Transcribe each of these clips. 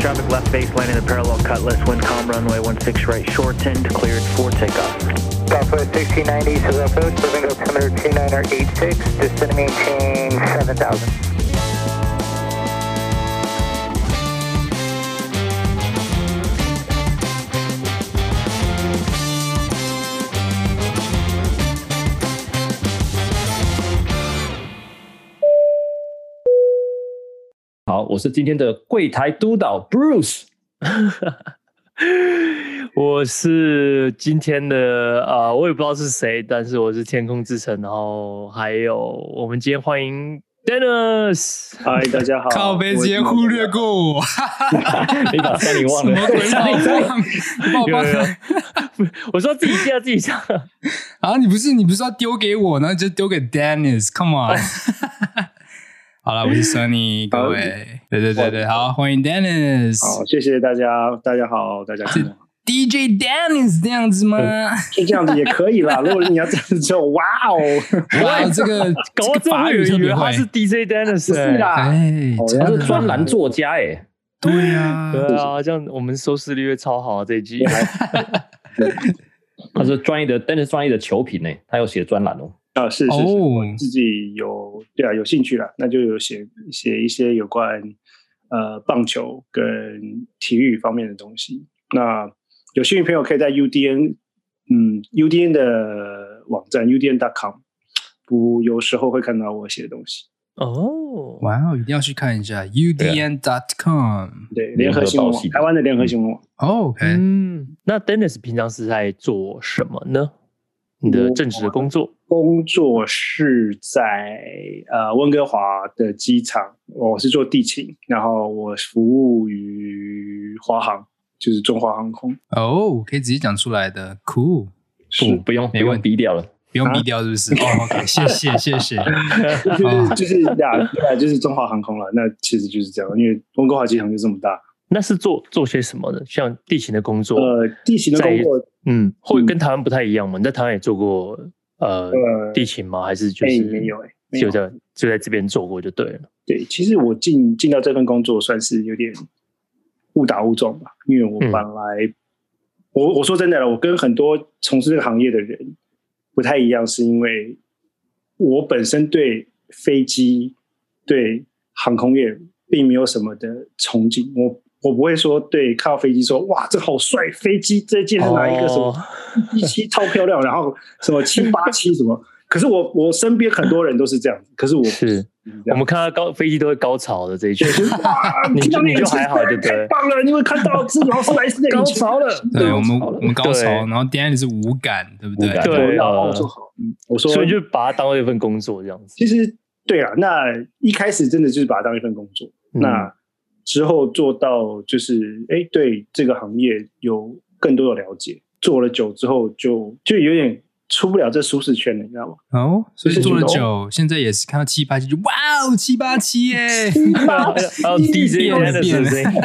traffic left baseline in the parallel cutlass, wind calm runway 16 right shortened, cleared for takeoff. Southwest 1690, so left road, moving up perimeter 2986, descend maintain 7000. ”好，我是今天的柜台督导 Bruce。 我是今天的啊、呃我也不知道是谁，但是我是天空之城，然后还有我们今天欢迎 Dennis，嗨，大家哦好。靠北直接忽略过我，你 把三啊零忘什了么，鬼冒犯？冒有有有犯我说自己下自己下，啊！你不是你不是要丢给我，然后就丢给 Dennis？Come on！好了，我是 Sunny，各位，对对对对，好，欢迎 Dennis，好，谢谢大家，大家好，大家好。 DJ Dennis 这样子吗？就这样子也可以 啦。如果你要这样子就哇哦， 哇，这个搞到这最个后法有语特人以别为他会，是 DJ Dennis，、是欸、啦，哎，好他呀是专啊栏作家欸哎，对 呀，对啊，这样我们收视率会超好、啊、这一集。他是专业的，但是专业的球评欸哎，他有写专栏哦。啊，是是是，哦，自己哦有对啊有兴趣了，那就有写写一些有关呃棒球跟体育方面的东西。那有兴趣朋友可以在 UDN 嗯 UDN 的网站 UDN.com，不有时候会看到我写的东西。 哦，哇哦，一定要去看一下 udn.com。对，联合新闻联合报系网，的台湾的联合新闻网。哦 OK，嗯，那 Dennis 平常是在做什么呢？你的正职的工作？工作是在呃温哥华的机场，我是做地勤，然后我服务于华航，就是中华航空。哦，可以直接讲出来的，cool，不，不用不没用问题低调了。不用逼掉是不是？哦，OK，谢谢谢谢。嗯就是就是呀，对啊，就是中华航空了。那其实就是这样，因为温哥华机场就这么大。那是做做些什么的？像地勤的工作，呃，地勤的工作，嗯，会嗯跟台湾不太一样吗？你在台湾也做过呃呃，地勤吗？还是就哎、是没有哎、没就有。在就在这边做过就对了。对，其实我进进到这份工作算是有点误打误撞吧，因为我本来、我我说真的了，我跟很多从事这个行业的人不太一样，是因为我本身对飞机、对航空业并没有什么的憧憬，我我不会说对看到飞机说哇这好帅，飞机这件是哪一个什么、哦一七超漂亮，然后什么七八七什么。 可是我我身边很多人都是这样，可是我不是这 我样们看到高飞机都会高潮的这 一句，哇你听到就你那个就还好就对太棒了，你会看到是劳斯莱斯的高引擎潮了对我们好了我们高潮，对然后 Danny 是无感，对不对无？感对然后呃我说好，嗯我说所以就把它当做一份工作这样子。其实对啊，那一开始真的就是把它当一份工作，嗯那之后做到就是哎，对这个行业有更多的了解，做了久之后就就有点出不了这舒适圈了，你知道吗？哦，所以是做了是是久，现在也是看到七八七，就哇哦，七八七耶！ 还有 DJ 变了 Dennis 的声音，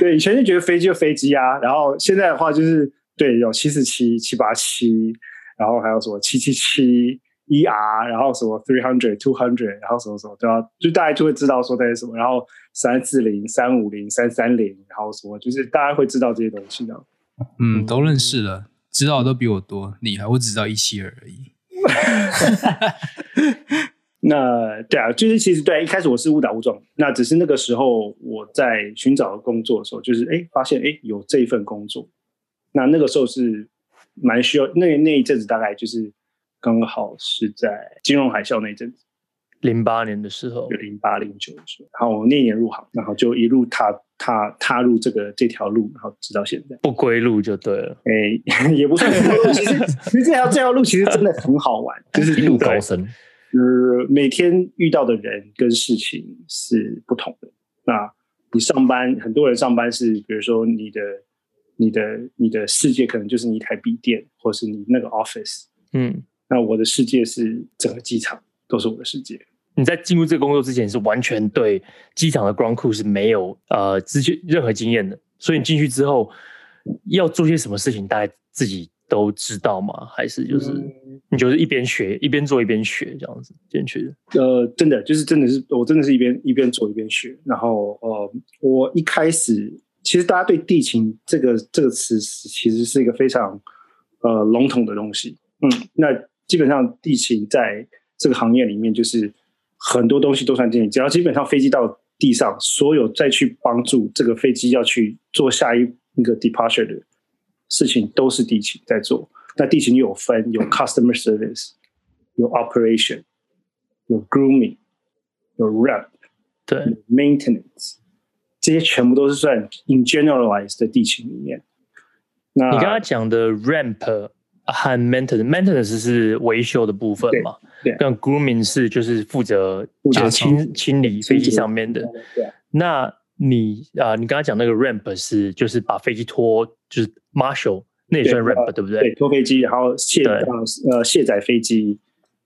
对，以前就觉得飞机就飞机啊，然后现在的话就是对有七四七、七八七，然后还有什么七七七、一 R，然后什么 three hundred、two hundred，然后什么什么都要，就大家就会知道说这些什么，然后三四零、三五零、三三零，然后什么，就是大家会知道这些东西的。 嗯，都认识了，知道的都比我多厉害，我只知道一七二而已。那对啊，就是其实对啊、一开始我是误打误撞，那只是那个时候我在寻找工作的时候，就是哎发现哎有这一份工作，那那个时候是蛮需要，那那一阵子大概就是刚好是在金融海啸那一阵子，零八年的时候就，零八零九的时候，然后我那年入行，然后就一路踏踏踏入这个这条路，然后直到现在。不归路就对了。哎， 也不算不归路，其实其实这条这条路其实真的很好玩，就是一路对高升，就是每天遇到的人跟事情是不同的。那你上班，很多人上班是，比如说你的、你的、你的世界可能就是你一台笔电，或是你那个 office。嗯，那我的世界是整个机场都是我的世界。你在进入这个工作之前是完全对机场的 ground crew 是没有呃之前任何经验的，所以你进去之后要做些什么事情，大概自己都知道吗？还是就是、嗯你就是一边学一边做一边学这样子进去的？呃，真的就是真的是我真的是一边一边做一边学，然后呃，我一开始其实大家对地勤这个这个词是其实是一个非常呃笼统的东西，嗯，那基本上地勤在这个行业里面就是很多东西都算进去，只要基本上飞机到地上，所有再去帮助这个飞机要去做下一一个 departure 的事情都是地勤在做，那地勤有分有 customer service，有 operation。有 grooming，有 rep，对，有 maintenance，这些全部都是算 in generalized 的地勤里面。那你刚刚讲的 ramp 和 maintenance maintenance 是维修的部分嘛？对对但 grooming 是就是负责负责就清清清理飞机上面的。对啊那你啊、呃你刚刚讲那个 ramp 是就是把飞机拖，就是 marshal 那也算对呃 ramp 对不对对？拖飞机，然后卸对呃呃卸载飞机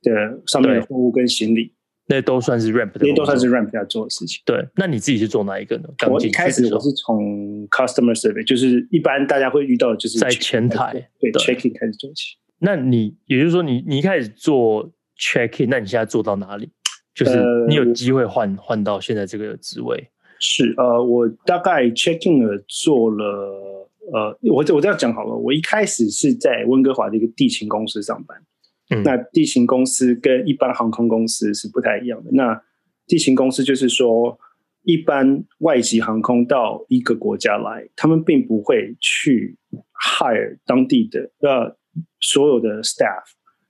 的上面的对货物跟行李，那都算是 ramp 的这些工作，都算是 ramp 要做的事情。对。那你自己是做哪一个呢？刚我一进去开的始时我候是从 customer service，就是一般大家会遇到的就是在前 check-in 开始台做对对 checking 开始做起。那你也就是说你，你一开始做 check in，那你现在做到哪里？就是呃你有我机会换换到现在这个职位，是呃，我大概 check in 了做了呃，我我这样讲好了，我一开始是在温哥华的一个地勤公司上班。嗯那地勤公司跟一般航空公司是不太一样的。那地勤公司就是说，一般外籍航空到一个国家来，他们并不会去 hire 当地的呃所有的 staff，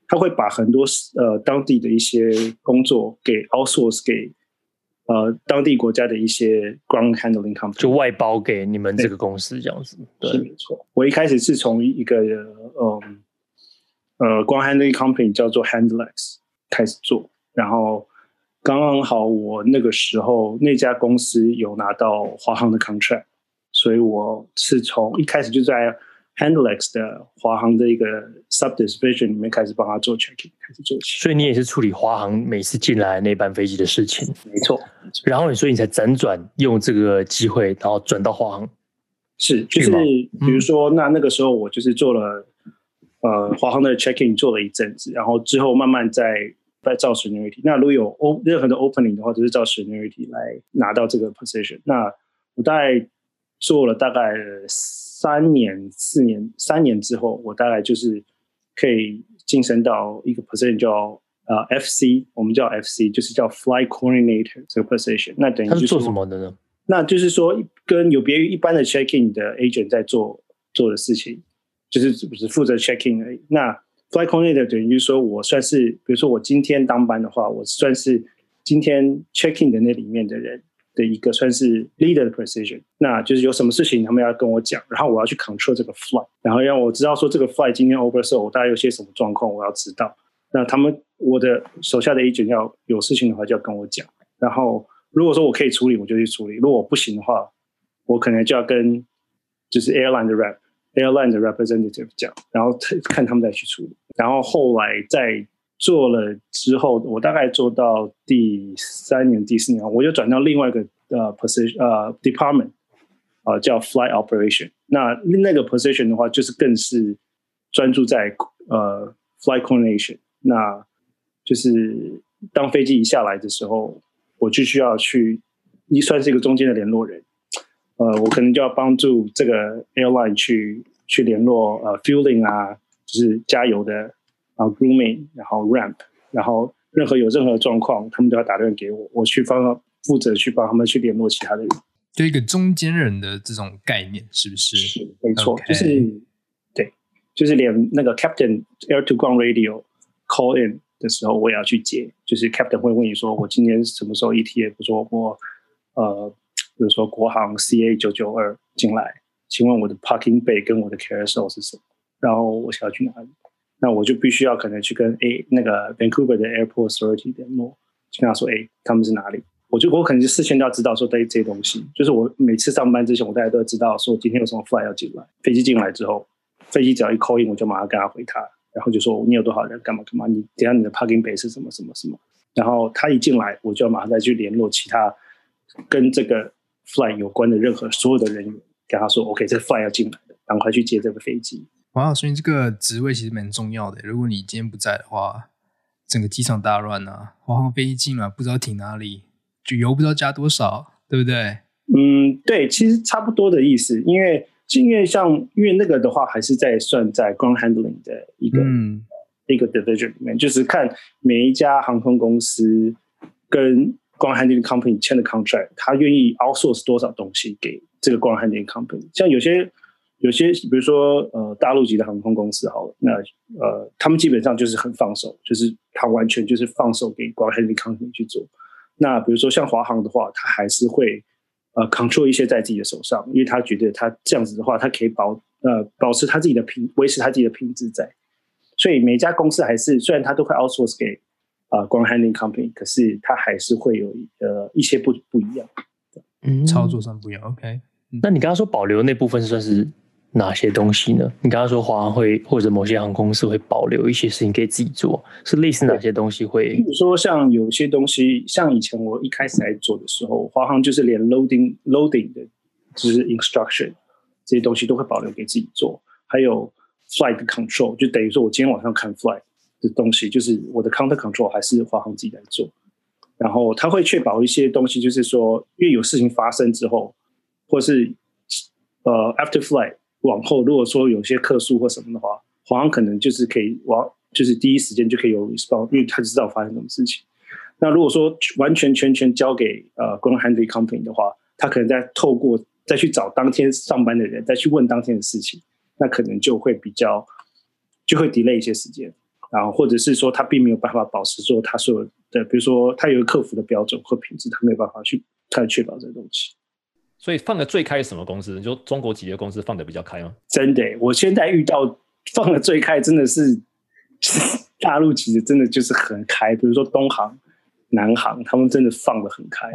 他会把很多呃当地的一些工作给 outsource 给呃当地国家的一些 ground handling company，就外包给你们这个公司这样子。是对，没错。我一开始是从一个呃嗯呃光 handling company 叫做 Handlex 开始做，然后刚刚好我那个时候那家公司有拿到华航的 contract，所以我是从一开始就在 Handlex 的华航的一个 subdivision 里面开始帮他做 checking，开始做起。所以你也是处理华航每次进来那班飞机的事情，没错，然后你所以你才辗转用这个机会，然后转到华航。是，就是是吗嗯比如说，那那个时候我就是做了呃华航的 check in 做了一阵子，然后之后慢慢再再造 seniority。那如果有 o 任何的 opening 的话，就是照 seniority 来拿到这个 position。那我大概做了大概三年、四年、三年之后，我大概就是可以晋升到一个 position 叫。呃、f c 我们叫 FC，就是叫 Fly Coordinator 这个 position。那等于他就是是做什么的呢？那就是说，跟有别于一般的 check in 的 agent 在做做的事情，就是只只负责 check in 而已。那 flight coordinator 等于就是说我算是，比如说我今天当班的话，我算是今天 check in 的那里面的人的一个算是 leader 的 position。那就是有什么事情他们要跟我讲，然后我要去 control 这个 flight，然后让我知道说这个 flight 今天 oversold，我大概有些什么状况，我要知道。那他们我的手下的 agent 要有事情的话，就要跟我讲。然后如果说我可以处理，我就去处理；如果我不行的话，我可能就要跟就是 airline 的 rep、airline 的 representative 讲，然后他看他们再去处理。然后后来在做了之后，我大概做到第三年、第四年，我就转到另外一个呃 position 呃 department 啊、呃、叫 flight operation。那那个 position 的话，就是更是专注在呃 flight coordination。那就是当飞机一下来的时候，我就需要去，一算是一个中间的联络人。呃，我可能就要帮助这个 airline 去去联络呃 fueling 啊，就是加油的，然后 grooming，然后 ramp，然后任何有任何状况，他们都要打电话给我，我去帮负责去帮他们去联络其他的人。就一个中间人的这种概念，是不是？是没错 OK 就是对，就是连那个 captain air to ground radio call in 的时候，我也要去接。就是 captain 会问你说，我今天什么时候 E ETA？我说我呃，比如说国航 CA 九九二进来，请问我的 parking bay 跟我的 carousel 是什么？然后我想要去哪里？那我就必须要可能去跟 A 那个 Vancouver 的 Airport Authority 联络，去跟他说，哎，他们是哪里？我就我可能就事先都要知道说这这些东西，就是我每次上班之前，我大家都要知道说今天有什么 fly 要进来，飞机进来之后，飞机只要一 call in，我就马上跟他回他，然后就说你有多少人，干嘛干嘛，你等一下你的 parking bay 是什么什么什么，然后他一进来，我就要马上再去联络其他跟这个 fly 有关的任何所有的人员，跟他说 OK，这个 fly 要进来了，赶快去接这个飞机。哇，所以这个职位其实蛮重要的。如果你今天不在的话，整个机场大乱啊，华航飞机进来不知道停哪里，就油不知道加多少，对不对？嗯，对，其实差不多的意思，因为因为像因为那个的话，还是在算在 ground handling 的一个、嗯一个 division 里面，就是看每一家航空公司跟 ground handling company 签的 contract，他愿意 outsource 多少东西给这个 ground handling company。像有些有些，比如说呃大陆级的航空公司好了，那呃他们基本上就是很放手，就是他完全就是放手给 ground handling company 去做。那比如说像华航的话，他还是会呃 control 一些在自己的手上，因为他觉得他这样子的话，他可以保呃保持他自己的品，维持他自己的品质在。所以每一家公司还是虽然它都会 outsource 给呃 ground handling company，可是它还是会有呃一些不不一样。嗯操作上不一样。OK，那你刚刚说保留那部分算是哪些东西呢？你刚刚说华航会或者某些航空公司会保留一些事情给自己做，是类似哪些东西会比？如说像有些东西，像以前我一开始来做的时候，华航就是连 loading loading 的，就是 instruction 这些东西都会保留给自己做，还有 flight control，就等于说我今天晚上看 flight 的东西，就是我的 counter control 还是华航自己来做，然后他会确保一些东西，就是说因为有事情发生之后，或是呃 after flight 往后，如果说有些客诉或什么的话，华航可能就是可以往就是第一时间就可以有 response，因为他就知道发生什么事情。那如果说完全全权交给呃 ground handling company 的话，他可能再透过再去找当天上班的人，再去问当天的事情，那可能就会比较就会 delay 一些时间，然后啊或者是说他并没有办法保持说他所有的，比如说他有一个客服的标准或品质，他没有办法去他确保这个东西。所以放的最开是什么公司？你说中国企业公司放的比较开吗？真的欸、我现在遇到放的最开，真的是 大陆其实真的就是很开，比如说东航、南航，他们真的放的很开。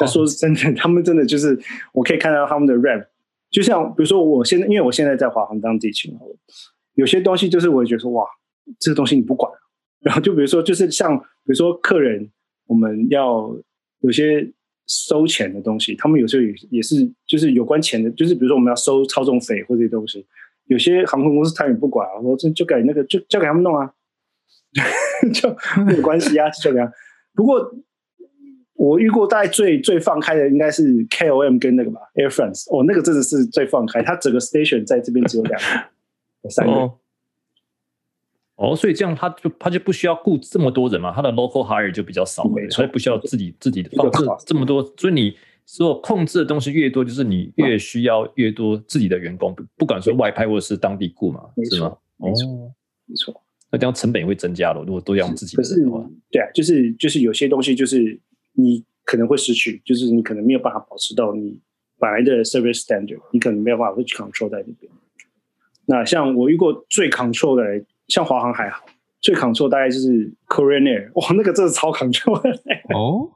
那说是真的，他们真的就是我可以看到他们的 rap，就像比如说我现在，因为我现在在华航当地勤好了，有些东西就是我会觉得说哇，这个东西你不管，然后就比如说就是像比如说客人，我们要有些收钱的东西，他们有时候也也是就是有关钱的，就是比如说我们要收操纵费或这些东西，有些航空公司他也不管啊，我说这就给那个就交给他们弄啊， 就没有关系啊，就交给他。不过我遇过大概最最放开的应该是 KOM 跟那个吧 Air France，哦，那个真的是最放开，它整个 station 在这边只有两个、有三个。哦，哦，所以这样他就他就不需要雇这么多人嘛，他的 local hire 就比较少没，错所以不需要自己自己个放这好这么多。所以你所控制的东西越多，就是你越需要越多自己的员工，不不管说外派或者是当地雇嘛没，是吗错？没错哦，没错。那这样成本也会增加了。如果都要用自己可的是人的话，对啊，就是就是有些东西就是你可能会失去，就是你可能没有办法保持到你本来的 service standard，你可能没有办法会去 control 在那边。那像我遇过最 control 的，像华航还好，最 control 大概就是 Korean Air，哇，那个真的超 control 的。哦，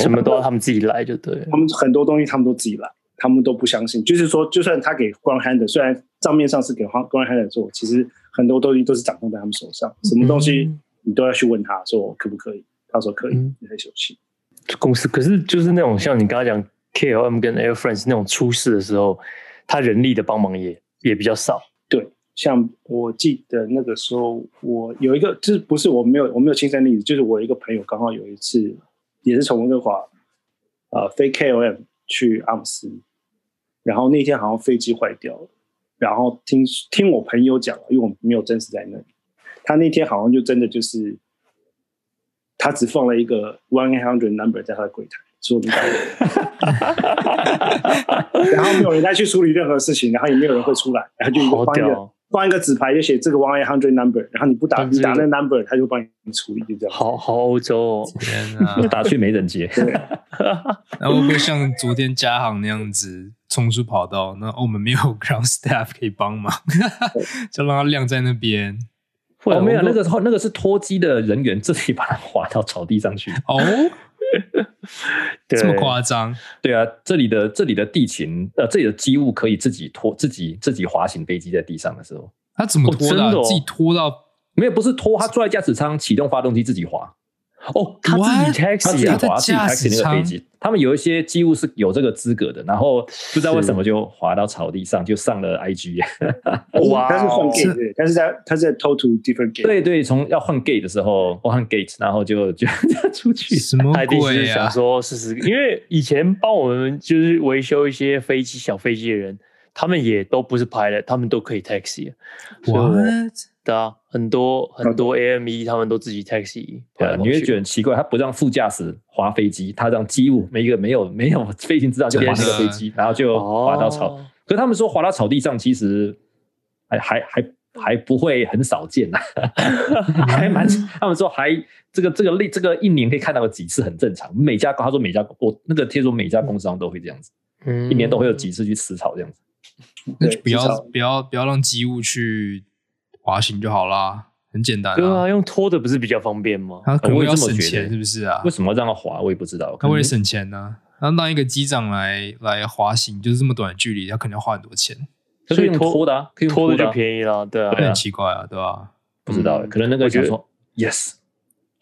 什么都要他们自己来就对了。他们很多东西他们都自己来，他们都不相信。就是说，就算他给 Grand Hand，虽然账面上是给 Grand Hand 做，其实很多东西都是掌控在他们手上。什么东西嗯你都要去问他说可不可以，他说可以嗯，你才休息。公司，可是就是那种像你刚刚讲 KLM 跟 Air France 那种出事的时候，他人力的帮忙也也比较少。对，像我记得那个时候，我有一个，就是不是我没有我没有亲身例子，就是我一个朋友刚好有一次也是从温哥华呃飞 KOM 去阿姆斯，然后那天好像飞机坏掉了，然后听听我朋友讲，因为我没有真实在那里，他那天好像就真的就是他只放了一个 one hundred number 在他的柜台。说你打我 然后没有人再去处理任何事情，然后也没有人会出来，然后就一个好放一屌个哦放一个纸牌，就写这个 one hundred number，然后你不打但是你打那个 number，他就帮你处理，就这样。好好欧洲哦，天哪！打去没人接。那会不会像昨天嘉航那样子冲出跑道？那澳门没有 ground staff 可以帮忙，就让它晾在那边。哦，没有，那个个那个是脱机的人员自己把它滑到草地上去。哦，这么夸张？对啊，这里的这里的地勤，呃，这里的机务可以自己拖自己自己滑行飞机在地上的时候，他怎么拖的啊、哦真的哦自己拖到没有不是拖，他坐在驾驶舱启动发动机自己滑。哦，他自 What？己 taxi 啊，他自己他他的自己驾 taxi 驶那个飞舱机，他们有一些几乎是有这个资格的，然后不知道为什么就滑到草地上，就上了 IG。哇哦他是换 gay，对他是在他是在偷 to different gay。对对，从要换 gate 的时候，我换 gate，然后就就 就出去。什么他一定是鬼想啊？说试试，因为以前帮我们就是维修一些飞机、小飞机的人，他们也都不是 pilot，他们都可以 taxi 的。所以我 What？对啊，很多很多 AME 他们都自己 taxi 跑对来啊，跑去。你会觉得很奇怪，他不让副驾驶滑飞机，他让机务每一个没有没有飞行执照就滑那个飞 机，然后就滑到草。哦可是他们说滑到草地上，其实还还还还不会很少见 呐、啊，还蛮。他们说还这个这个例这个一年可以看到几次，很正常。每家他说每家我那个听说每家公司好像都会这样子，嗯一年都会有几次去吃草这样子。那对就不至要少不要不要让机务去滑行就好啦，很简单对啊，啊。用拖的不是比较方便吗？他可能我为也了这么省觉得钱，是不是啊为？什么要让他滑？我也不知道。嗯他为可了能省钱呢、他让一个机长来来滑行，就是这么短的距离，他可能要花很多钱，可以用拖的啊，可以用拖的的就啊便宜了，对啊那，很奇怪啊，对吧、不知道欸，嗯可能那个我觉想得说 yes，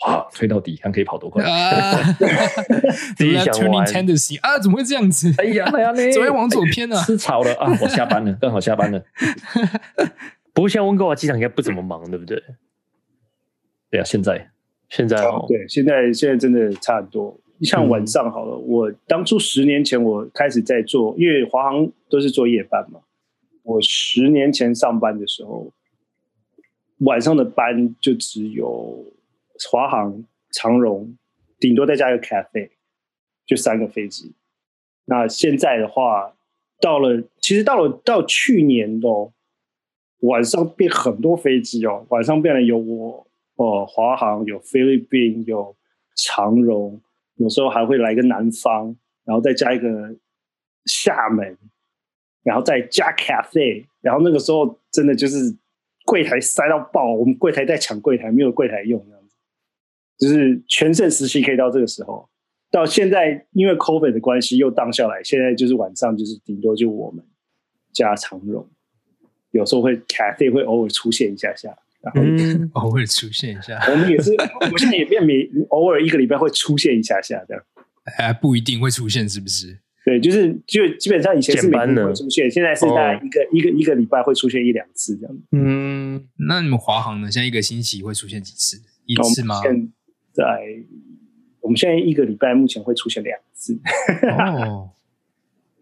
哇，推到底看可以跑多 快。啊，自己怎么在想 turning 玩 tendency 啊，怎么会这样子？ 哎呀，哎呀，那怎么会往左偏呢、哎吃草了啊！ 我下班了，刚好下班了。不过现在温哥华机场应该不怎么忙，对不对？对啊，现在现在哦，嗯对，现在现在真的差很多。像晚上好了，我当初十年前我开始在做，因为华航都是做夜班嘛。我十年前上班的时候，晚上的班就只有华航、长荣，顶多再加一个 cafe，就三个飞机。那现在的话，到了其实到了到去年的哦，晚上变很多飞机哦，晚上变得有我哦，华航有菲律宾有长荣，有时候还会来个南方，然后再加一个厦门，然后再加 cafe，然后那个时候真的就是柜台塞到爆，我们柜台在抢柜台，没有柜台用这样子，就是全盛时期可以到这个时候。到现在，因为 COVID 的关系又荡下来，现在就是晚上就是顶多就我们加长荣，有时候会 cafe 会偶尔出现一下下，然后嗯，偶尔哦出现一下，我们也是，我现在也变每偶尔一个礼拜会出现一下下这样。还哎不一定会出现，是不是？对，就是就基本上以前是减每班天会了出现，现在是大哦概一个、一个一个礼拜会出现一两次这样。嗯，那你们华航呢？现在一个星期会出现几次？一哦那我次吗们？现在我们现在一个礼拜目前会出现两次，哦，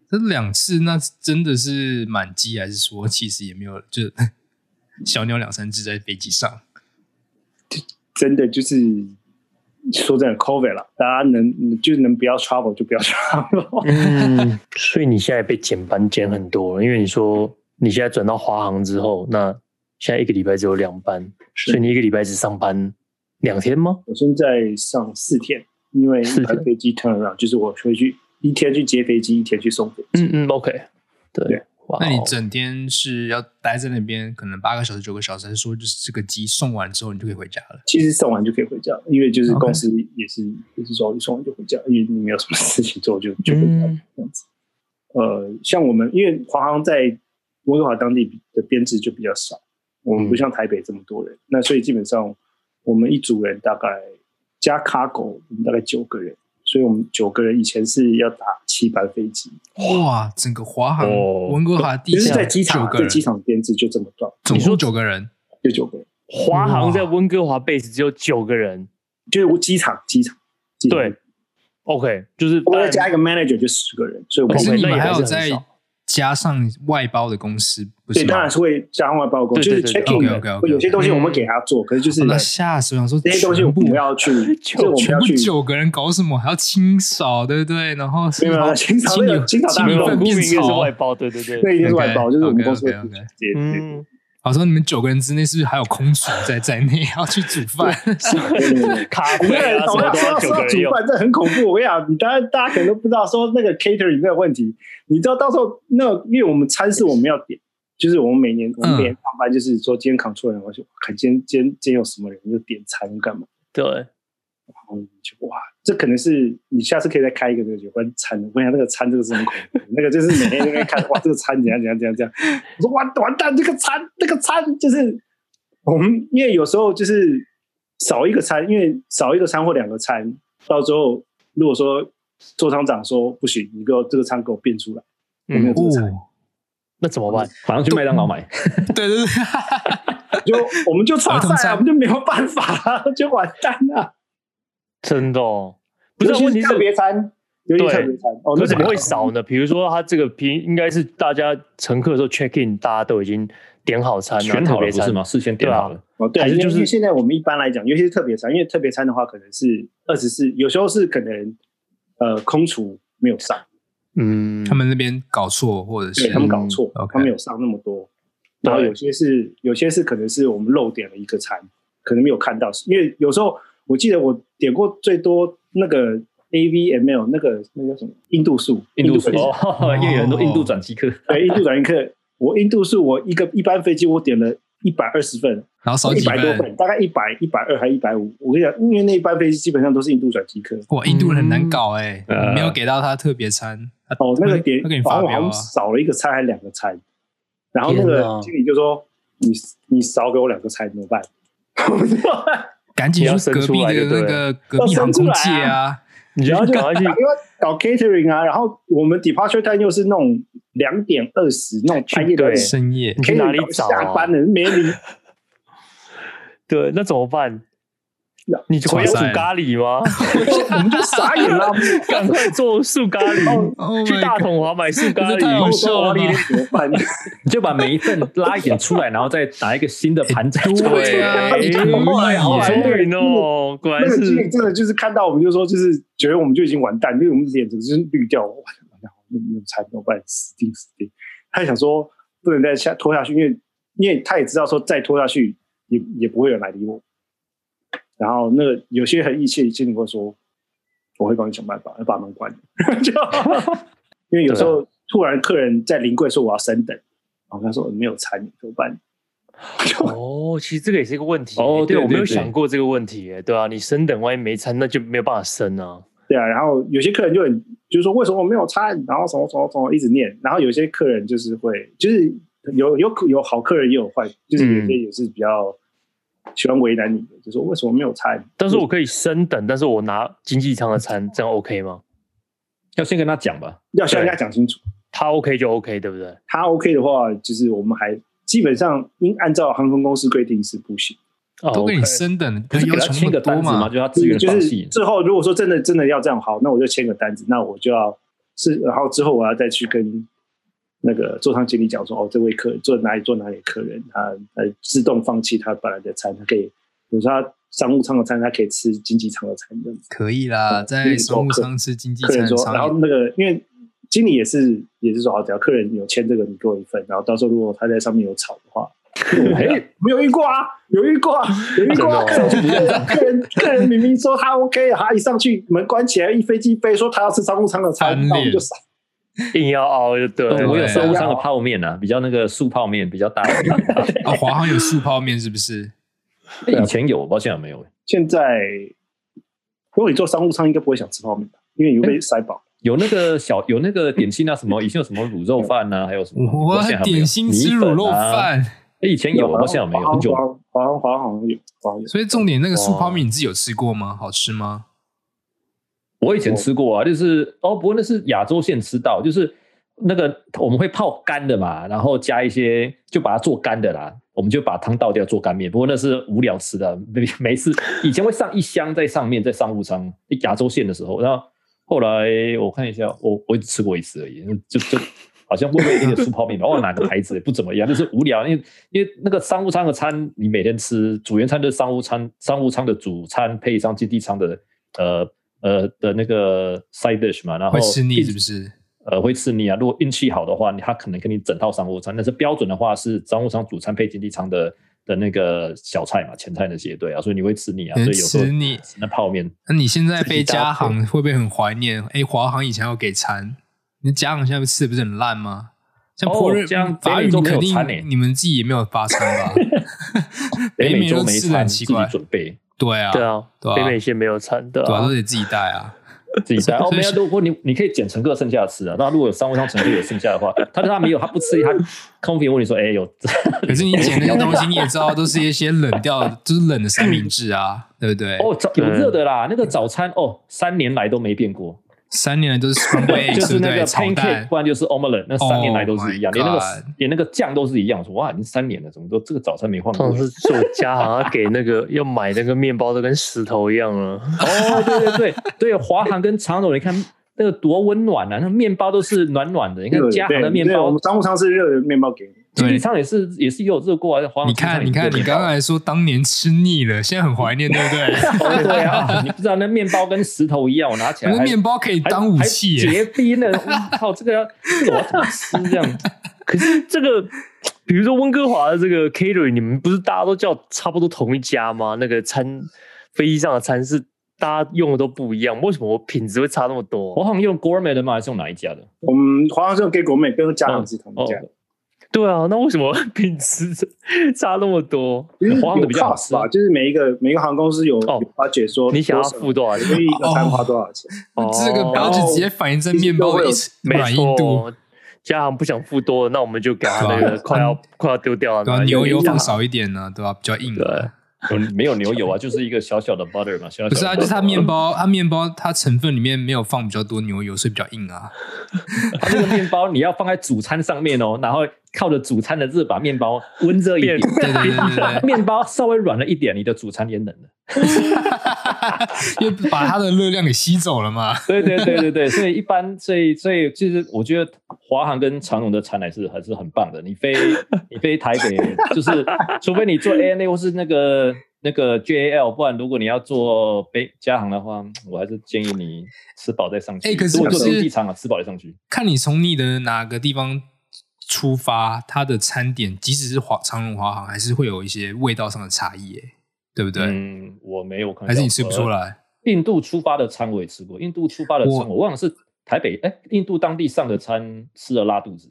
这两次那真的是满机，还是说其实也没有，就 小鸟两三只在飞机上？真的就是说真的，COVID 了，大家能就是能不要 travel 就不要 travel。嗯，所以你现在被减班减很多了，因为你说你现在转到华航之后，那现在一个礼拜只有两班，所以你一个礼拜只上班两天吗？我现在上四天，因为四一天班飞机 turn around，就是我会去一天去接飞机，一天去送飞机。嗯嗯，OK，对对，哇那哦，你整天是要待在那边，可能八个小时、九个小时，还是说就是这个机送完之后你就可以回家了？其实送完就可以回家，因为就是 OK 公司也是也是说送完就回家，因为你没有什么事情做就就回家、嗯这样子。呃，像我们因为华航在温哥华当地的编制就比较少，我嗯们不像台北这么多人，那所以基本上我们一组人大概加 cargo 我们大概九个人，所以我们九个人以前是要打七班飞机，哇，整个华航、哦温哥华地就是下在机场九个在人，机场编制就这么多，总共九个人，就九个人，华航在哇温哥华 base 只有九个人，就是机场机场机场，对，OK，就是我再加一个 manager 就十个人，所以我可们是 OK，你那们也还还有是很在少加上外包的公司，不是对，吗？当然是会加外包工，对就对是对 checking 的 OK，OK，OK，会有些东西我们给他做，可是就是哦那吓死我！想说这些东西我全部们要去，就是我们全要部去。九个人搞什么？还要清扫，对不对？然后没有没有清扫那个清清理扫大清没理楼有粪顾名便应该是啊槽外。包，对对对，那一定是外包， OK，就是我们公司会 OK，OK，OK 直接对嗯，好说你们九个人之内是不是还有空厨在在内？ 要去煮 饭？对对对。咖我啡跟你啊讲，什我么要都说要到九说个到人煮用，饭，这很恐怖。我跟你讲，你大家大家可能都不知道，说那个 catering 这个问题，你知道到时候那个，因为我们餐是我们要点，就是我们每年我们每年上班就是说今天 control 人，我就看今天今天今天有什么人就点餐干嘛。对，然后你就哇，这可能是你下次可以再开一个这个有关餐的。我跟你讲，那个餐这个是很恐怖的，那个就是每天在那边看，哇，这个餐怎样怎样怎样怎样。我说完完蛋，这个餐这个餐就是我们，因为有时候就是少一个餐，因为少一个餐或两个餐，到最后如果说座舱长说不行，你给我这个餐给我变出来，我没有嗯，这个餐，那怎么办？马上去麦当劳买，哦对对对，就我们就儿差童赛餐啊，我们就没有办法了，就完蛋了。真的、哦，不是尤其问题是特别餐，尤其对特别餐，哦，那那怎么会少？少呢？比如说，他这个平应该是大家乘客的时候 check in，大家都已经点好餐了，选好了特别不是餐吗？事先点好了，哦，对啊，还是因为就是因为现在我们一般来讲，尤其是特别餐，因为特别餐的话，可能是二十四，有时候是可能呃空厨没有上，嗯，他们那边搞错或者对是他们搞错， OK 他们有上那么多，然后有些是有些是可能是我们漏点了一个餐，可能没有看到，因为有时候我记得我点过最多那个 A V M L 那个那叫什么印度素，印度粉丝哦，因为有很多印度转机客，对，印度软硬客，我印度是我一个一班飞机，我点了一百二十份，然后少一几百多份。份，大概一百一百二还一百五。我跟你讲，因为那一班飞机基本上都是印度转机客，哇，印度人很难搞哎、嗯啊呃没有给到他特别餐，他哦，那个点他给你好发像飙好啊像！少了一个餐还两个餐，然后那天个哪经理就说：“你你少给我两个餐怎么办？”赶紧你要去伸隔壁出来的就对了那个隔壁要航伸出空来啊界啊，你就然后就赶 快去打电话搞 catering 啊，然后我们 departure time 又是那种两点二十那种半夜的对深夜你去哪里 catering 搞找啊下班了没理对，那怎么办呀？你回家炒菜煮咖喱吗？ 我们就傻眼了、 赶快做素咖喱， ，Oh 去 my 大 God 统华买素咖这太喱好。我笑了说哇吧你怎么 办？你就把每一份拉一点出来，然后再拿一个新的盘子出来。 对啊哎你看我后来后来终于哦，果然嗯那个经理是真的就是看到我们就说，就是觉得我们就已经完蛋，因为我们脸整个就是绿掉，完了完了，没有没有餐怎么办？死定死定！他想说不能再下拖下去，因为因为他也知道说再拖下去也也不会有人来理我。然后那个有些很义气的经理会说，我会帮你想办法，要把门关了。 就因为有时候突然客人在临柜说我要升等，然后他说没有餐怎么办？哦，其实这个也是一个问题哎哦对对我没有对对想过这个问题，哎对啊，你升等万一没餐，那就没有办法升啊。对啊，然后有些客人就很就是说为什么没有餐，然后什么什么什么一直念，然后有些客人就是会就是有有有好客人也有坏，就是有些也是比较喜欢为难你的，就说为什么没有餐？但是我可以升等，但是我拿经济舱的餐，这样 OK 吗？要先跟他讲吧，要向人家讲清楚，他 OK 就 OK，对不对？他 OK 的话，就是我们还基本上应按照航空公司规定是不行，哦都给你 OK 升等，不啊要是给他求签那么个多单子吗？嘛？就他自愿就放是弃。之后如果说真的真的要这样好，那我就签个单子，那我就要是然后之后我要再去跟。那个座舱经理讲说，哦，这位客人坐哪里坐哪里的客人，他呃自动放弃他本来的餐，他可以，比如说他商务舱的餐，他可以吃经济舱的餐这样子。可以啦，嗯在商务舱吃经济客人舱，说，商然后业那个因为经理也是也是说，好，只要客人有签这个，你给我一份，然后到时候如果他在上面有吵的话，哎、没有遇过啊，有遇过啊，有遇过啊，客人客人客人明明说他 OK，他一上去门关起来，一飞机飞说他要吃商务舱的餐翻，那我脸们就傻硬要熬就对哦了。我有对啊商务舱的泡面啊，比较那个素泡面比较大碗。 啊，华航有素泡面是不是？以前有，我现在没有。现在，如果你坐商务舱，应该不会想吃泡面吧？因为你会被塞饱。有那个小有那个点心啊，什么以前有什么卤肉饭呐、啊，还有什么？我现在还没有点心吃米粉啊卤肉饭，哎以前有，华我现在没有，华很久了。航华航华航好像有，华航有。所以重点那个素泡面你自己有吃过吗？好吃吗？我以前吃过啊，就是哦，不过那是亚洲线吃到，就是那个我们会泡干的嘛，然后加一些就把它做干的啦，我们就把汤倒掉做干面。不过那是无聊吃的，没没事。以前会上一箱在上面，在商务舱亚洲线的时候，然后后来我看一下，我我只吃过一次而已，就就。好像味味一的素泡面 吧，忘了哪个牌子不怎么样，就是无聊。因为因为那个商务舱的餐，你每天吃主原餐就是商务餐，商务舱的主餐配上经济舱的呃呃的那个 side dish 嘛，然后会吃腻一是不是？呃，会吃腻啊。如果运气好的话，你他可能给你整套商务舱，但是标准的话是商务舱主餐配经济舱的的那个小菜嘛，前菜那些对啊，所以你会吃腻啊，所以能有时候吃腻。那泡面那你现在被自己搭加航会不会很怀念？哎，华航以前要给餐，那加航现在吃的不是很烂吗？像哦普瑞、这样法北语美洲没有肯定餐欸你们自己也没有发餐 吧？北美美洲都没吃的餐，很自奇己怪，准备。对啊，对啊对啊，北美线没有餐，对对啊，啊都，得自己带啊。自己带。哦，所没以有，是如果你你可以捡乘客剩下的吃啊。那如果有商务舱乘客有剩下的 话，他他没有，他不吃，他空瓶问你说，哎，有可是你捡那些东西，你也知道，都是一些冷掉，就是冷的三明治啊，对不对？哦，早有热的啦，那个早餐哦，三年来都没变过，三年了都是 scrambled eggs，就是那个对不对炒 pancake，蛋不，然就是 omelette，那三年来都是一样， Oh my 连那个 God 连那个酱都是一样。我说哇，已经三年了，怎么都这个早餐没换过通常？是做家行，他给那个 要买那个面包都跟石头一样啊了。哦，对对 对对，华航跟长荣，你看那个多温暖啊，那面包都是暖暖的。你看热嘉对航的面对我包们，商务舱是热的面包给你。经济对。舱也是也是有热过啊，华航你经济舱看，也你是看，热你刚才说当年吃腻了，现在很怀念，对 不对？ 哦对啊，你不知道那面包跟石头一样，我拿起来那还面包可以还当武器还耶，结冰的，我靠，这个要这个我要怎么吃这样？ 可是这个，比如说温哥华的这个 catering，你们不是大家都叫差不多同一家吗？那个餐飞机上的餐是大家用的都不一样，为什么我品质会差那么我多？好像用 gourmet 的吗？还是用哪一家的？我们华航是给国美跟家航是同一哦，家，对啊，那为什么 品质差那么多？因为有华航的比较好 cost 吧，就是每一个每一个航空公司有哦有发觉说你想要多少付多少钱？所以一个餐花多少钱？哦这个标志直接反映在面包的一没软硬度，错，嘉航不想付多，那我们就给他那个对啊快要快要丢掉了。对吧、啊那牛油一样放少一点呢，对吧、比较硬。对有没有牛油啊？就是一个小小的 butter 嘛，小小的不是啊， butter 就是它面包，它面包它成分里面没有放比较多牛油，所以比较硬啊。 它那个面包你要放在主餐上面哦，然后靠着主餐的热把面包温热一点，对对对对对， 面包稍微软了一点，你的主餐也冷了。因为把它的热量给吸走了嘛。对对对对对， 所以一般，所以所以其实我觉得华航跟长荣的餐还是还是很棒的。你飞 你飞台北，就是除非你坐 ANA 或是那个那个 JAL，不然如果你要坐北加航的话，我还是建议你吃饱再上去。哎可是如果坐可是经济舱啊，吃饱再上去。看你从你的哪个地方出发，它的餐点即使是华长荣华航，还是会有一些味道上的差异、耶，对不对？嗯，我没有看，还是你吃不出。来？印度出发的餐我也吃过，印度出发的餐我我忘了是台北哎，印度当地上的餐吃了拉肚子，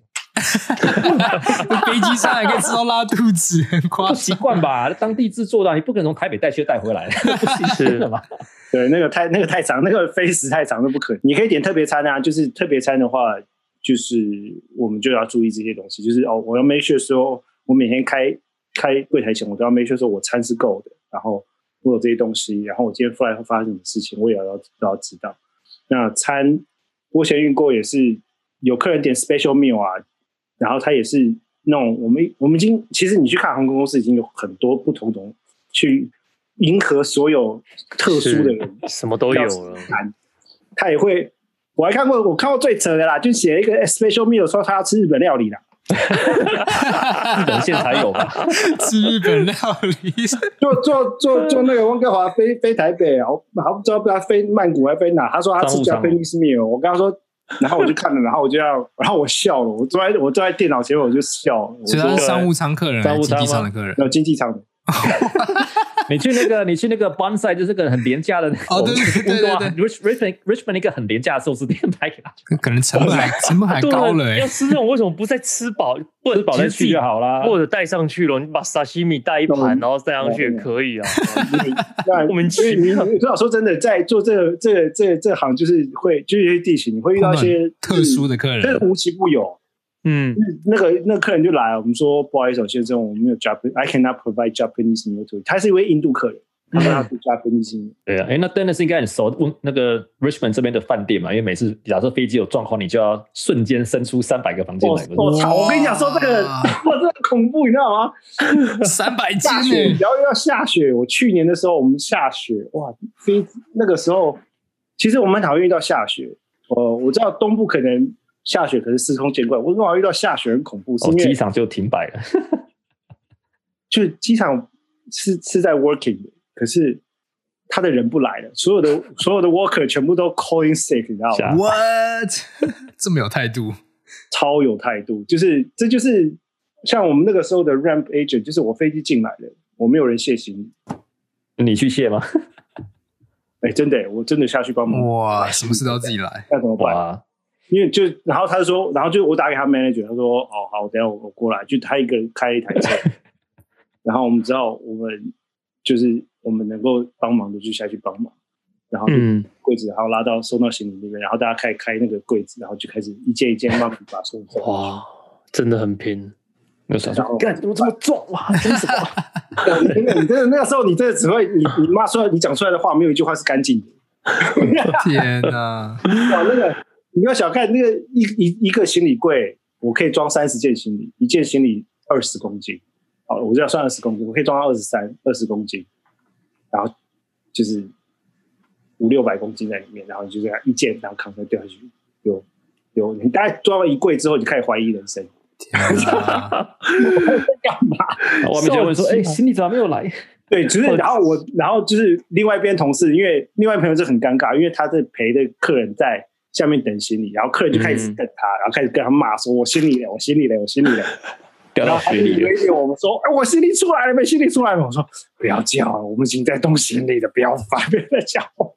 飞机上还可以吃到拉肚子，很夸 不习张。惯吧？当地制作的啊，你不可能从台北带去带回 来，不行真的嘛。对，那个太那个太长，那个飞时太长，那不可能。你可以点特别餐啊，就是特别餐的话，就是我们就要注意这些东西，就是哦，我要 make sure 说，我每天开开柜台前，我都要 make sure 说我餐是够的，然后我有这些东西，然后我今天出来会发生什么事情，我也要要要知道。那餐我以前遇过也是有客人点 special meal 啊，然后他也是那种我们我们已经其实你去看航空公司已经有很多不同种去迎合所有特殊的人，什么都有了。餐，他也会。我还看过，我看过最扯的啦，就写了一个 special meal 说他要吃日本料理啦，日本现才 有吧？吃日本料理，就坐坐坐那个温哥华飞飞台北啊，我还不知道不知道飞曼谷还飞哪，他说他吃 Japanese meal，我跟他说，然后我就看了，然后我就要， 然后我笑了，我坐在我坐在电脑前面我就笑了，我所以说他是商务舱客人，还商是务舱经吗济舱的客人。有经 济舱的，你去那个，你去那个 Bonsai，就是个很廉价的那种哦对对对对对 Rich Richmond Richmond 一个很廉价的寿司店拍给他，可能成本 还成本还对啊高了、欸要，吃这种为什么不再吃饱，不吃饱再去就好啦。或者带上去了？你把沙西米带一盘，嗯然后带上去也可以啊。哦那莫名其因为妙你你知道，说真的，在做这个这个这个这行，就是会就是一些地形，你会遇到一些特殊，的客就是人真的无奇不有。嗯，那个那个客人就来，我们说不好意思，先生，我们没有 Japan，I cannot provide Japanese meal to you。他是一位印度客人，他说他是 Japanese meal。对啊，哎，那 Dennis 应该很熟问那个 Richmond 这边的饭店嘛，因为每次假设飞机有状况，你就要瞬间伸出三百个房间我来，哦不我是？哦操！我跟你讲说这个，哇 哇，这个恐怖，你知道吗？嗯三百 斤下雪，欸然后又要下雪。我去年的时候，我们下雪，哇，飞那个时候，其实我们很讨厌遇到下雪。呃，我知道东部可能下雪可是司空见惯，我很少遇到下雪很恐怖，是哦，因机为场就停摆了。 就是机场是是在 working 的，可是他的人不来了，所有的所有的 worker 全部都 calling sick，你知道吓吗？ ，what？这么 有态度，超有态度，就是这就是像我们那个时候的 ramp agent，就是我飞机进来了，我没有人卸行李，你去卸吗？哎，真的耶，我真的下去帮忙，哇，什么事都要自己来，那怎么办？哦哇，因为就然后他就说，然后就我打给他 manager，他说哦好，等一下我我过来，就他一个人开一台车， 然后我们知道我们就是我们能够帮忙的就下去帮忙，然后就嗯，柜子，然后拉到收到行李那边，然后大家开始开那个柜子，然后就开始一件一件慢慢把收走。哇，真的很拼。我想然说， 后干怎么这么壮 哇？真是哇！真的，你真的那个时候，你真的只会你你骂出来，你讲出来的话没有一句话是干净的。嗯天哪！ 哇，那个你不要小看那个一一一个行李柜，我可以装三十件行李，一件行李二十公斤。好，我这样算二十公斤，我可以装到二十三、二十公斤，然后就是五六百公斤在里面，然后你就这样一件，然后扛着掉下去，有有，你大概装到一柜之后，你就开始怀疑人生。天哪！外面就问说，哎，行李怎么没有来？对，就是然后我，然后就是另外一边同事，因为另外一边同事很尴尬，因为他在陪着客人在下面等行李，然后客人就开始等他，然后开始跟他骂说：“我行李嘞，我行李嘞，我行李嘞。”掉然到哦后他水就啊里 了。威胁我们说：“哎，我行李出来了没？行李出来了没？”我说：“不要叫了，我们已经在动行李了，不要烦，不要再叫我。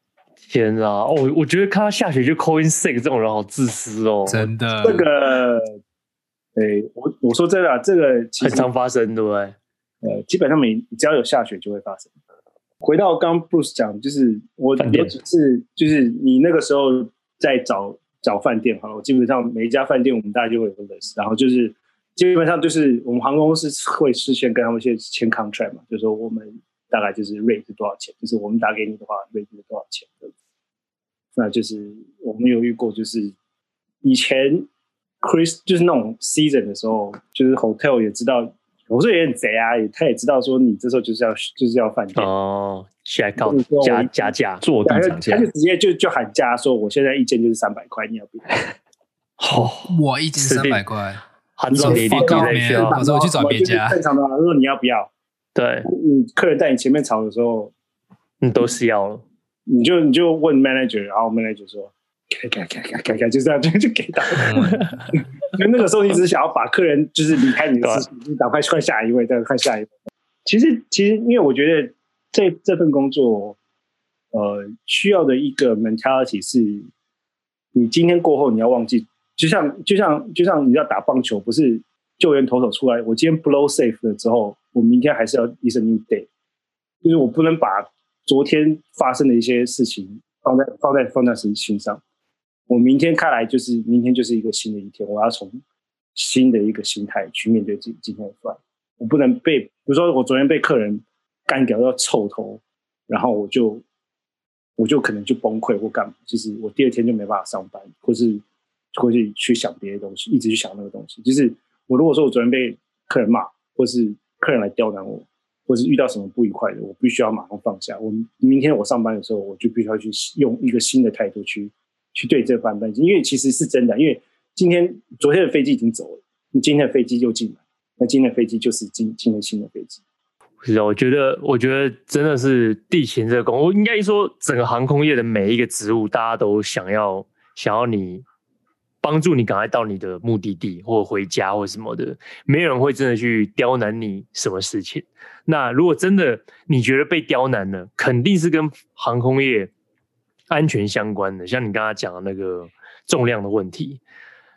天啊！哦，我觉得看他下雪就 call in sick 这种人好自私哦，真的，”这个，对我我说真的啊、这个其嗯很实常发生，对不对？呃，基本上每只要有下雪就会发生。回到刚刚 Bruce 讲，就是我饭店有几次，就是你那个时候在找找饭店哈，我基本上每一家饭店我们大家就会有个 list，然后就是基本上就是我们航空公司会事先跟他们先签 contract 嘛，就是说我们大概就是 rate 是多少钱，就是我们打给你的话 rate 是多少钱的。那就是我们有遇过，就是以前 Chris 就是那种 season 的时候，就是 hotel 也知道，我说也很贼啊，也他也知道说你这时候就是要就是要饭店，哦，下来告你说我加加价，坐然地后涨价他就，直接就就喊价说我现在一间就是三百块，你要不要？好，我一千死三定百块，他知道你一定 fuck off, 在 man 需要我，啊说我去找别家就是正常的、啊，说你要不要？对你客人在你前面吵的时候，你都是要了，你就你就问 manager，然后 manager 说。改改改改改改，就这样就就给到。嗯 因为那个时候你只是想要把客人就是离开你啊的视线，你赶快换下一位，再换下一位。其实其实，因为我觉得这这份工作，呃，需要的一个 mentality 是，你今天过后你要忘记，就像就像就像你要打棒球，不是救援投手出来，我今天 blow safe 了之后，我明天还是要 is a new day，就是我不能把昨天发生的一些事情放在放在放在心心上。我明天看来就是明天就是一个新的一天，我要从新的一个心态去面对今今天的 fly。我不能被，比如说我昨天被客人干掉到臭头，然后我就我就可能就崩溃或干嘛，就是我第二天就没办法上班，或是或是去想别的东西，一直去想那个东西。就是我如果说我昨天被客人骂，或是客人来刁难我，或是遇到什么不愉快的，我必须要马上放下。我明天我上班的时候，我就必须要去用一个新的态度去去对这班班机，因为其实是真的，因为今天昨天的飞机已经走了，今天的飞机又进来，那今天的飞机就是今今天新的飞机。是啊，我觉得，我觉得真的是地勤这个工，我应该说整个航空业的每一个职务，大家都想要想要你帮助你赶快到你的目的地或回家或什么的，没有人会真的去刁难你什么事情。那如果真的你觉得被刁难了，肯定是跟航空业安全相关的，像你刚才讲的那个重量的问题。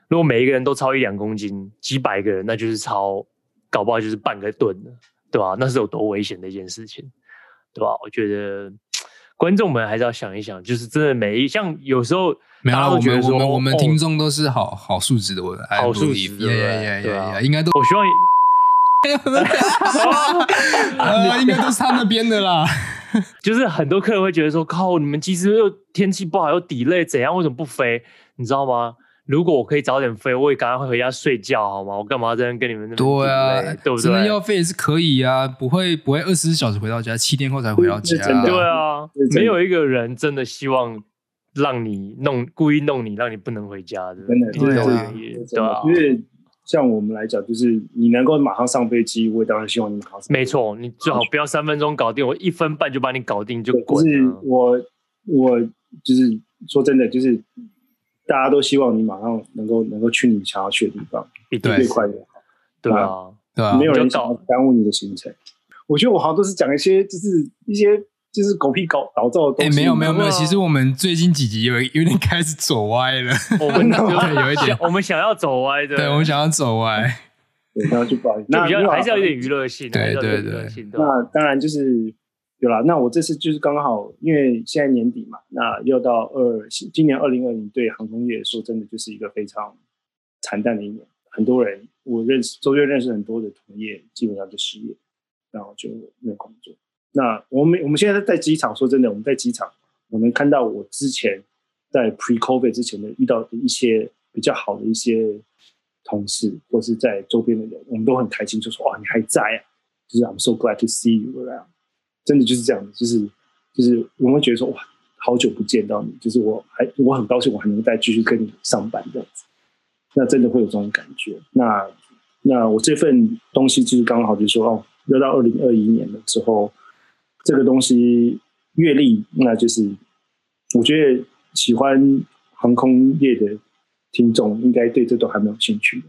如果每一个人都超一两公斤，几百个人，那就是超，搞不好就是半个吨了。对吧、那是有多危险的一件事情，对吧、我觉得观众们还是要想一想，就是真的每一像有时候没有大啦，家都我觉们得我说们我们哦听众都是好好素质的，我好素质对不对耶耶对啊耶，应 该都我希望呃应该都是他那边 的啦。就是很多客人会觉得说，靠，你们机师又天气不好又 delay 怎样，为什么不飞？你知道吗？如果我可以早点飞，我也赶快回家睡觉好吗？我干嘛在那边跟你们那边对啊 delay，，对不真的对？要飞也是可以啊，不会不会二十四小时回到家，七天后才回到家是真。的对啊这是真，的没有一个人真的希望让你弄故意弄你，让你不能回家的，真的一定对啊都有原因对啊因。为像我们来讲，就是你能够马上上飞机，我也当然希望你马上上飞机。没错，你最好不要三分钟搞定，我一分半就把你搞定就对，滚啊就是了。我我就是说真的，就是大家都希望你马上能够能够去你想要去的地方，一定对越是快越好，对啊，对啊没，有人就想搞要耽误你的行程。我觉得我好像都是讲一些就是一些就是狗屁搞搞造的哎，东西。没有没有没有，啊其实我们最近几集有有点开始走歪了，我 们对有一点我们想要走歪的，对我们想要走歪，对，然后就不好意思，就那比较那还是要有点娱乐性，对还是要有点对娱乐对性，对吧 那当然就是。有啦，那我这次就是刚好，因为现在年底嘛，那又到二，今年二零二零对航空业说真的就是一个非常惨淡的一年，很多人我认识周边认识很多的同业基本上就失业，然后就没有工作。那我们我们现在在机场，说真的，我们在机场，我能看到我之前在 pre COVID 之前的遇到的一些比较好的一些同事，或是在周边的人，我们都很开心，就说哇，你还在啊，就是 I'm so glad to see you around。真的就是这样子，就是就是我们会觉得说哇，好久不见到你，就是我还我很高兴我还能再继续跟你上班这样子，那真的会有这种感觉。那那我这份东西就是刚好就是说哦，要到二零二一年了之后，这个东西阅历，那就是我觉得喜欢航空业的听众应该对这都还蛮有兴趣的。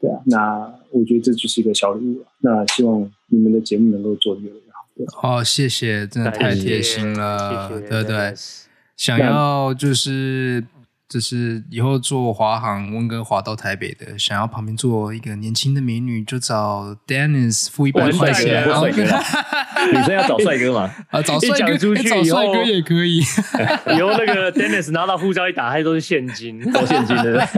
对啊，那我觉得这就是一个小礼物了。啊那希望你们的节目能够做得越来越好。对啊哦，谢谢，真的太感谢贴心了，谢谢对不真对的？是想要就是就是以后坐华航温哥华到台北的，想要旁边坐一个年轻的美女，就找 Dennis 付一百我块钱，然后帅哥跟啦他女生要找帅哥 嘛？啊找一帅哥，讲出去找以后帅哥也可以。以后那个 Dennis 拿到护照一打开都是现金，哦都现金的，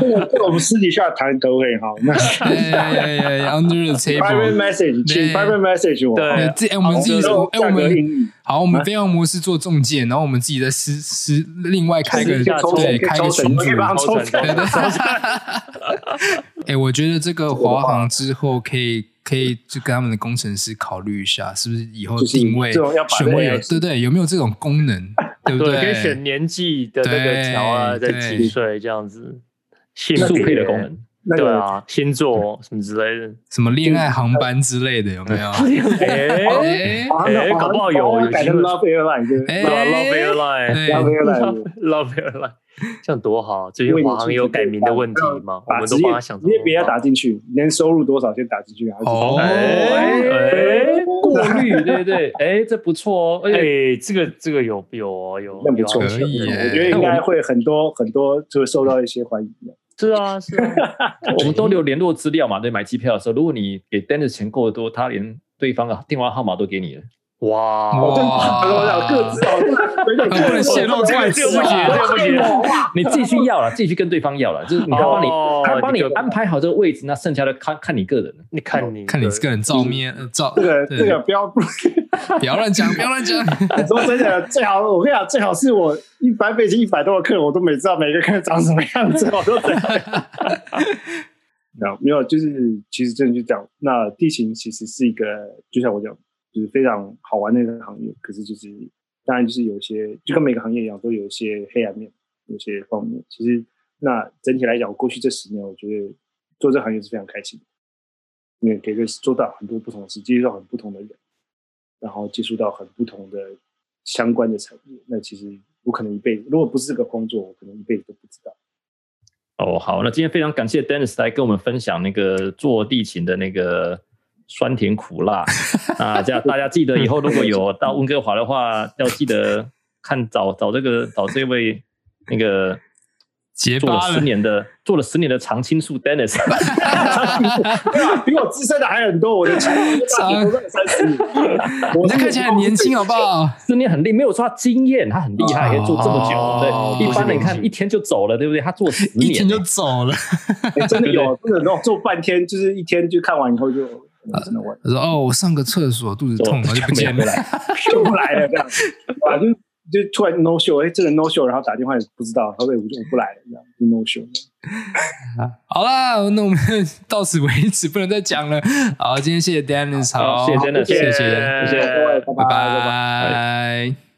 这个这个我们私底下谈都可以哈。那哎呀呀呀，Under the private table。 message，请对 private message 我。对哎自哎，我们自己然后哎，我价格们英语好，我们飞扬模式做中介，然后我们自己再私私另外开个私下抽成对开个抽成群我可以组，帮抽成抽啊成抽成 哎、我觉得这个华航之后可以可以就跟他们的工程师考虑一下，是不是以后就是定位这种要把选位有 AI 对对有没有这种功 能，对 不对，可以选年纪的那个条啊，对在对几岁这样子，性速别配的功能。那对个啊，星座什么之类的。什么恋爱航班之类的，有没有？哎哎好像哎搞不好有好像改成有机会 Love Airline 就是哎啊 Love Airline，Love 对 Love Airline， Airline，这 样多好！最近华航有改名的问题嘛，我把们职都业帮他想职业别要打进去，年收入多少先打进去啊？哦哎哎，过滤，对对，哎，这不错哦，而且哎，这个这个有有哦有，那不错，有啊可以耶我觉得应该会很多很多就会受到一些欢迎的。是啊是啊， 我们都留联络资料嘛，对，买机票的时候，如果你给 Dennis 钱够多，他连对方的电话号码都给你了。哇，他说要各自哇，哦，有点啊很不能泄露啊这太个子这个不行，这个不行， 你自己去要了，自己去跟对方要了，就是你他帮你，哦他帮你你就安排好这个位置，那剩下的看看你个人了。你看你看你这个人照面呃照，这个这个对不要不 不要 乱讲，不要乱讲。哎说真的，最好我跟你讲，最好是我一般飞行一百多个客，我都没知道每个客长什么样子，我都这样。没 有没有，就是其实真的就这样。那地形其实是一个，就像我讲，就是非常好玩的一个行业。可是就是当然就是有一些，就跟每个行业一样，都有一些黑暗面，有些方面。其实那整体来讲，我过去这十年，我觉得做这行业是非常开心的，因为可以认识做到很多不同的事，接触到很不同的人。然后接触到很不同的相关的产业。那其实我可能一辈子，如果不是这个工作，我可能一辈子都不知道。哦，好，那今天非常感谢 Dennis 来跟我们分享那个做地勤的那个酸甜苦 辣。那这样大家记得以后如果有到温哥华的话，要记得看找找这个找这位那个结做了巴了十年的做了十年的常青树 Dennis。 比我资深的还很多，我的产业都在三十年，我 你这看 起来很年轻，好不好？十年很厉，没有说他经验，他很厉害，哦可以做这么久。哦对，一般人不是年看轻一天就走了，对不对？他做十一年，天就走了。哎真的有，真的有做半天，就是一天就看完以后就嗯真 的我他说：“哦，我上个厕所，肚子走痛，然后就不没见回了。来。就不来了这样，啊，就就突然 no show，哎，这个 no show，然后打电话也不知道，他说哎我就我不来了这样，就 no show。好啦，那我们到此为止，不能再讲了。好，今天谢谢 Dennis，好，好，谢谢 Dennis，谢谢谢谢谢。各位，拜拜拜。拜。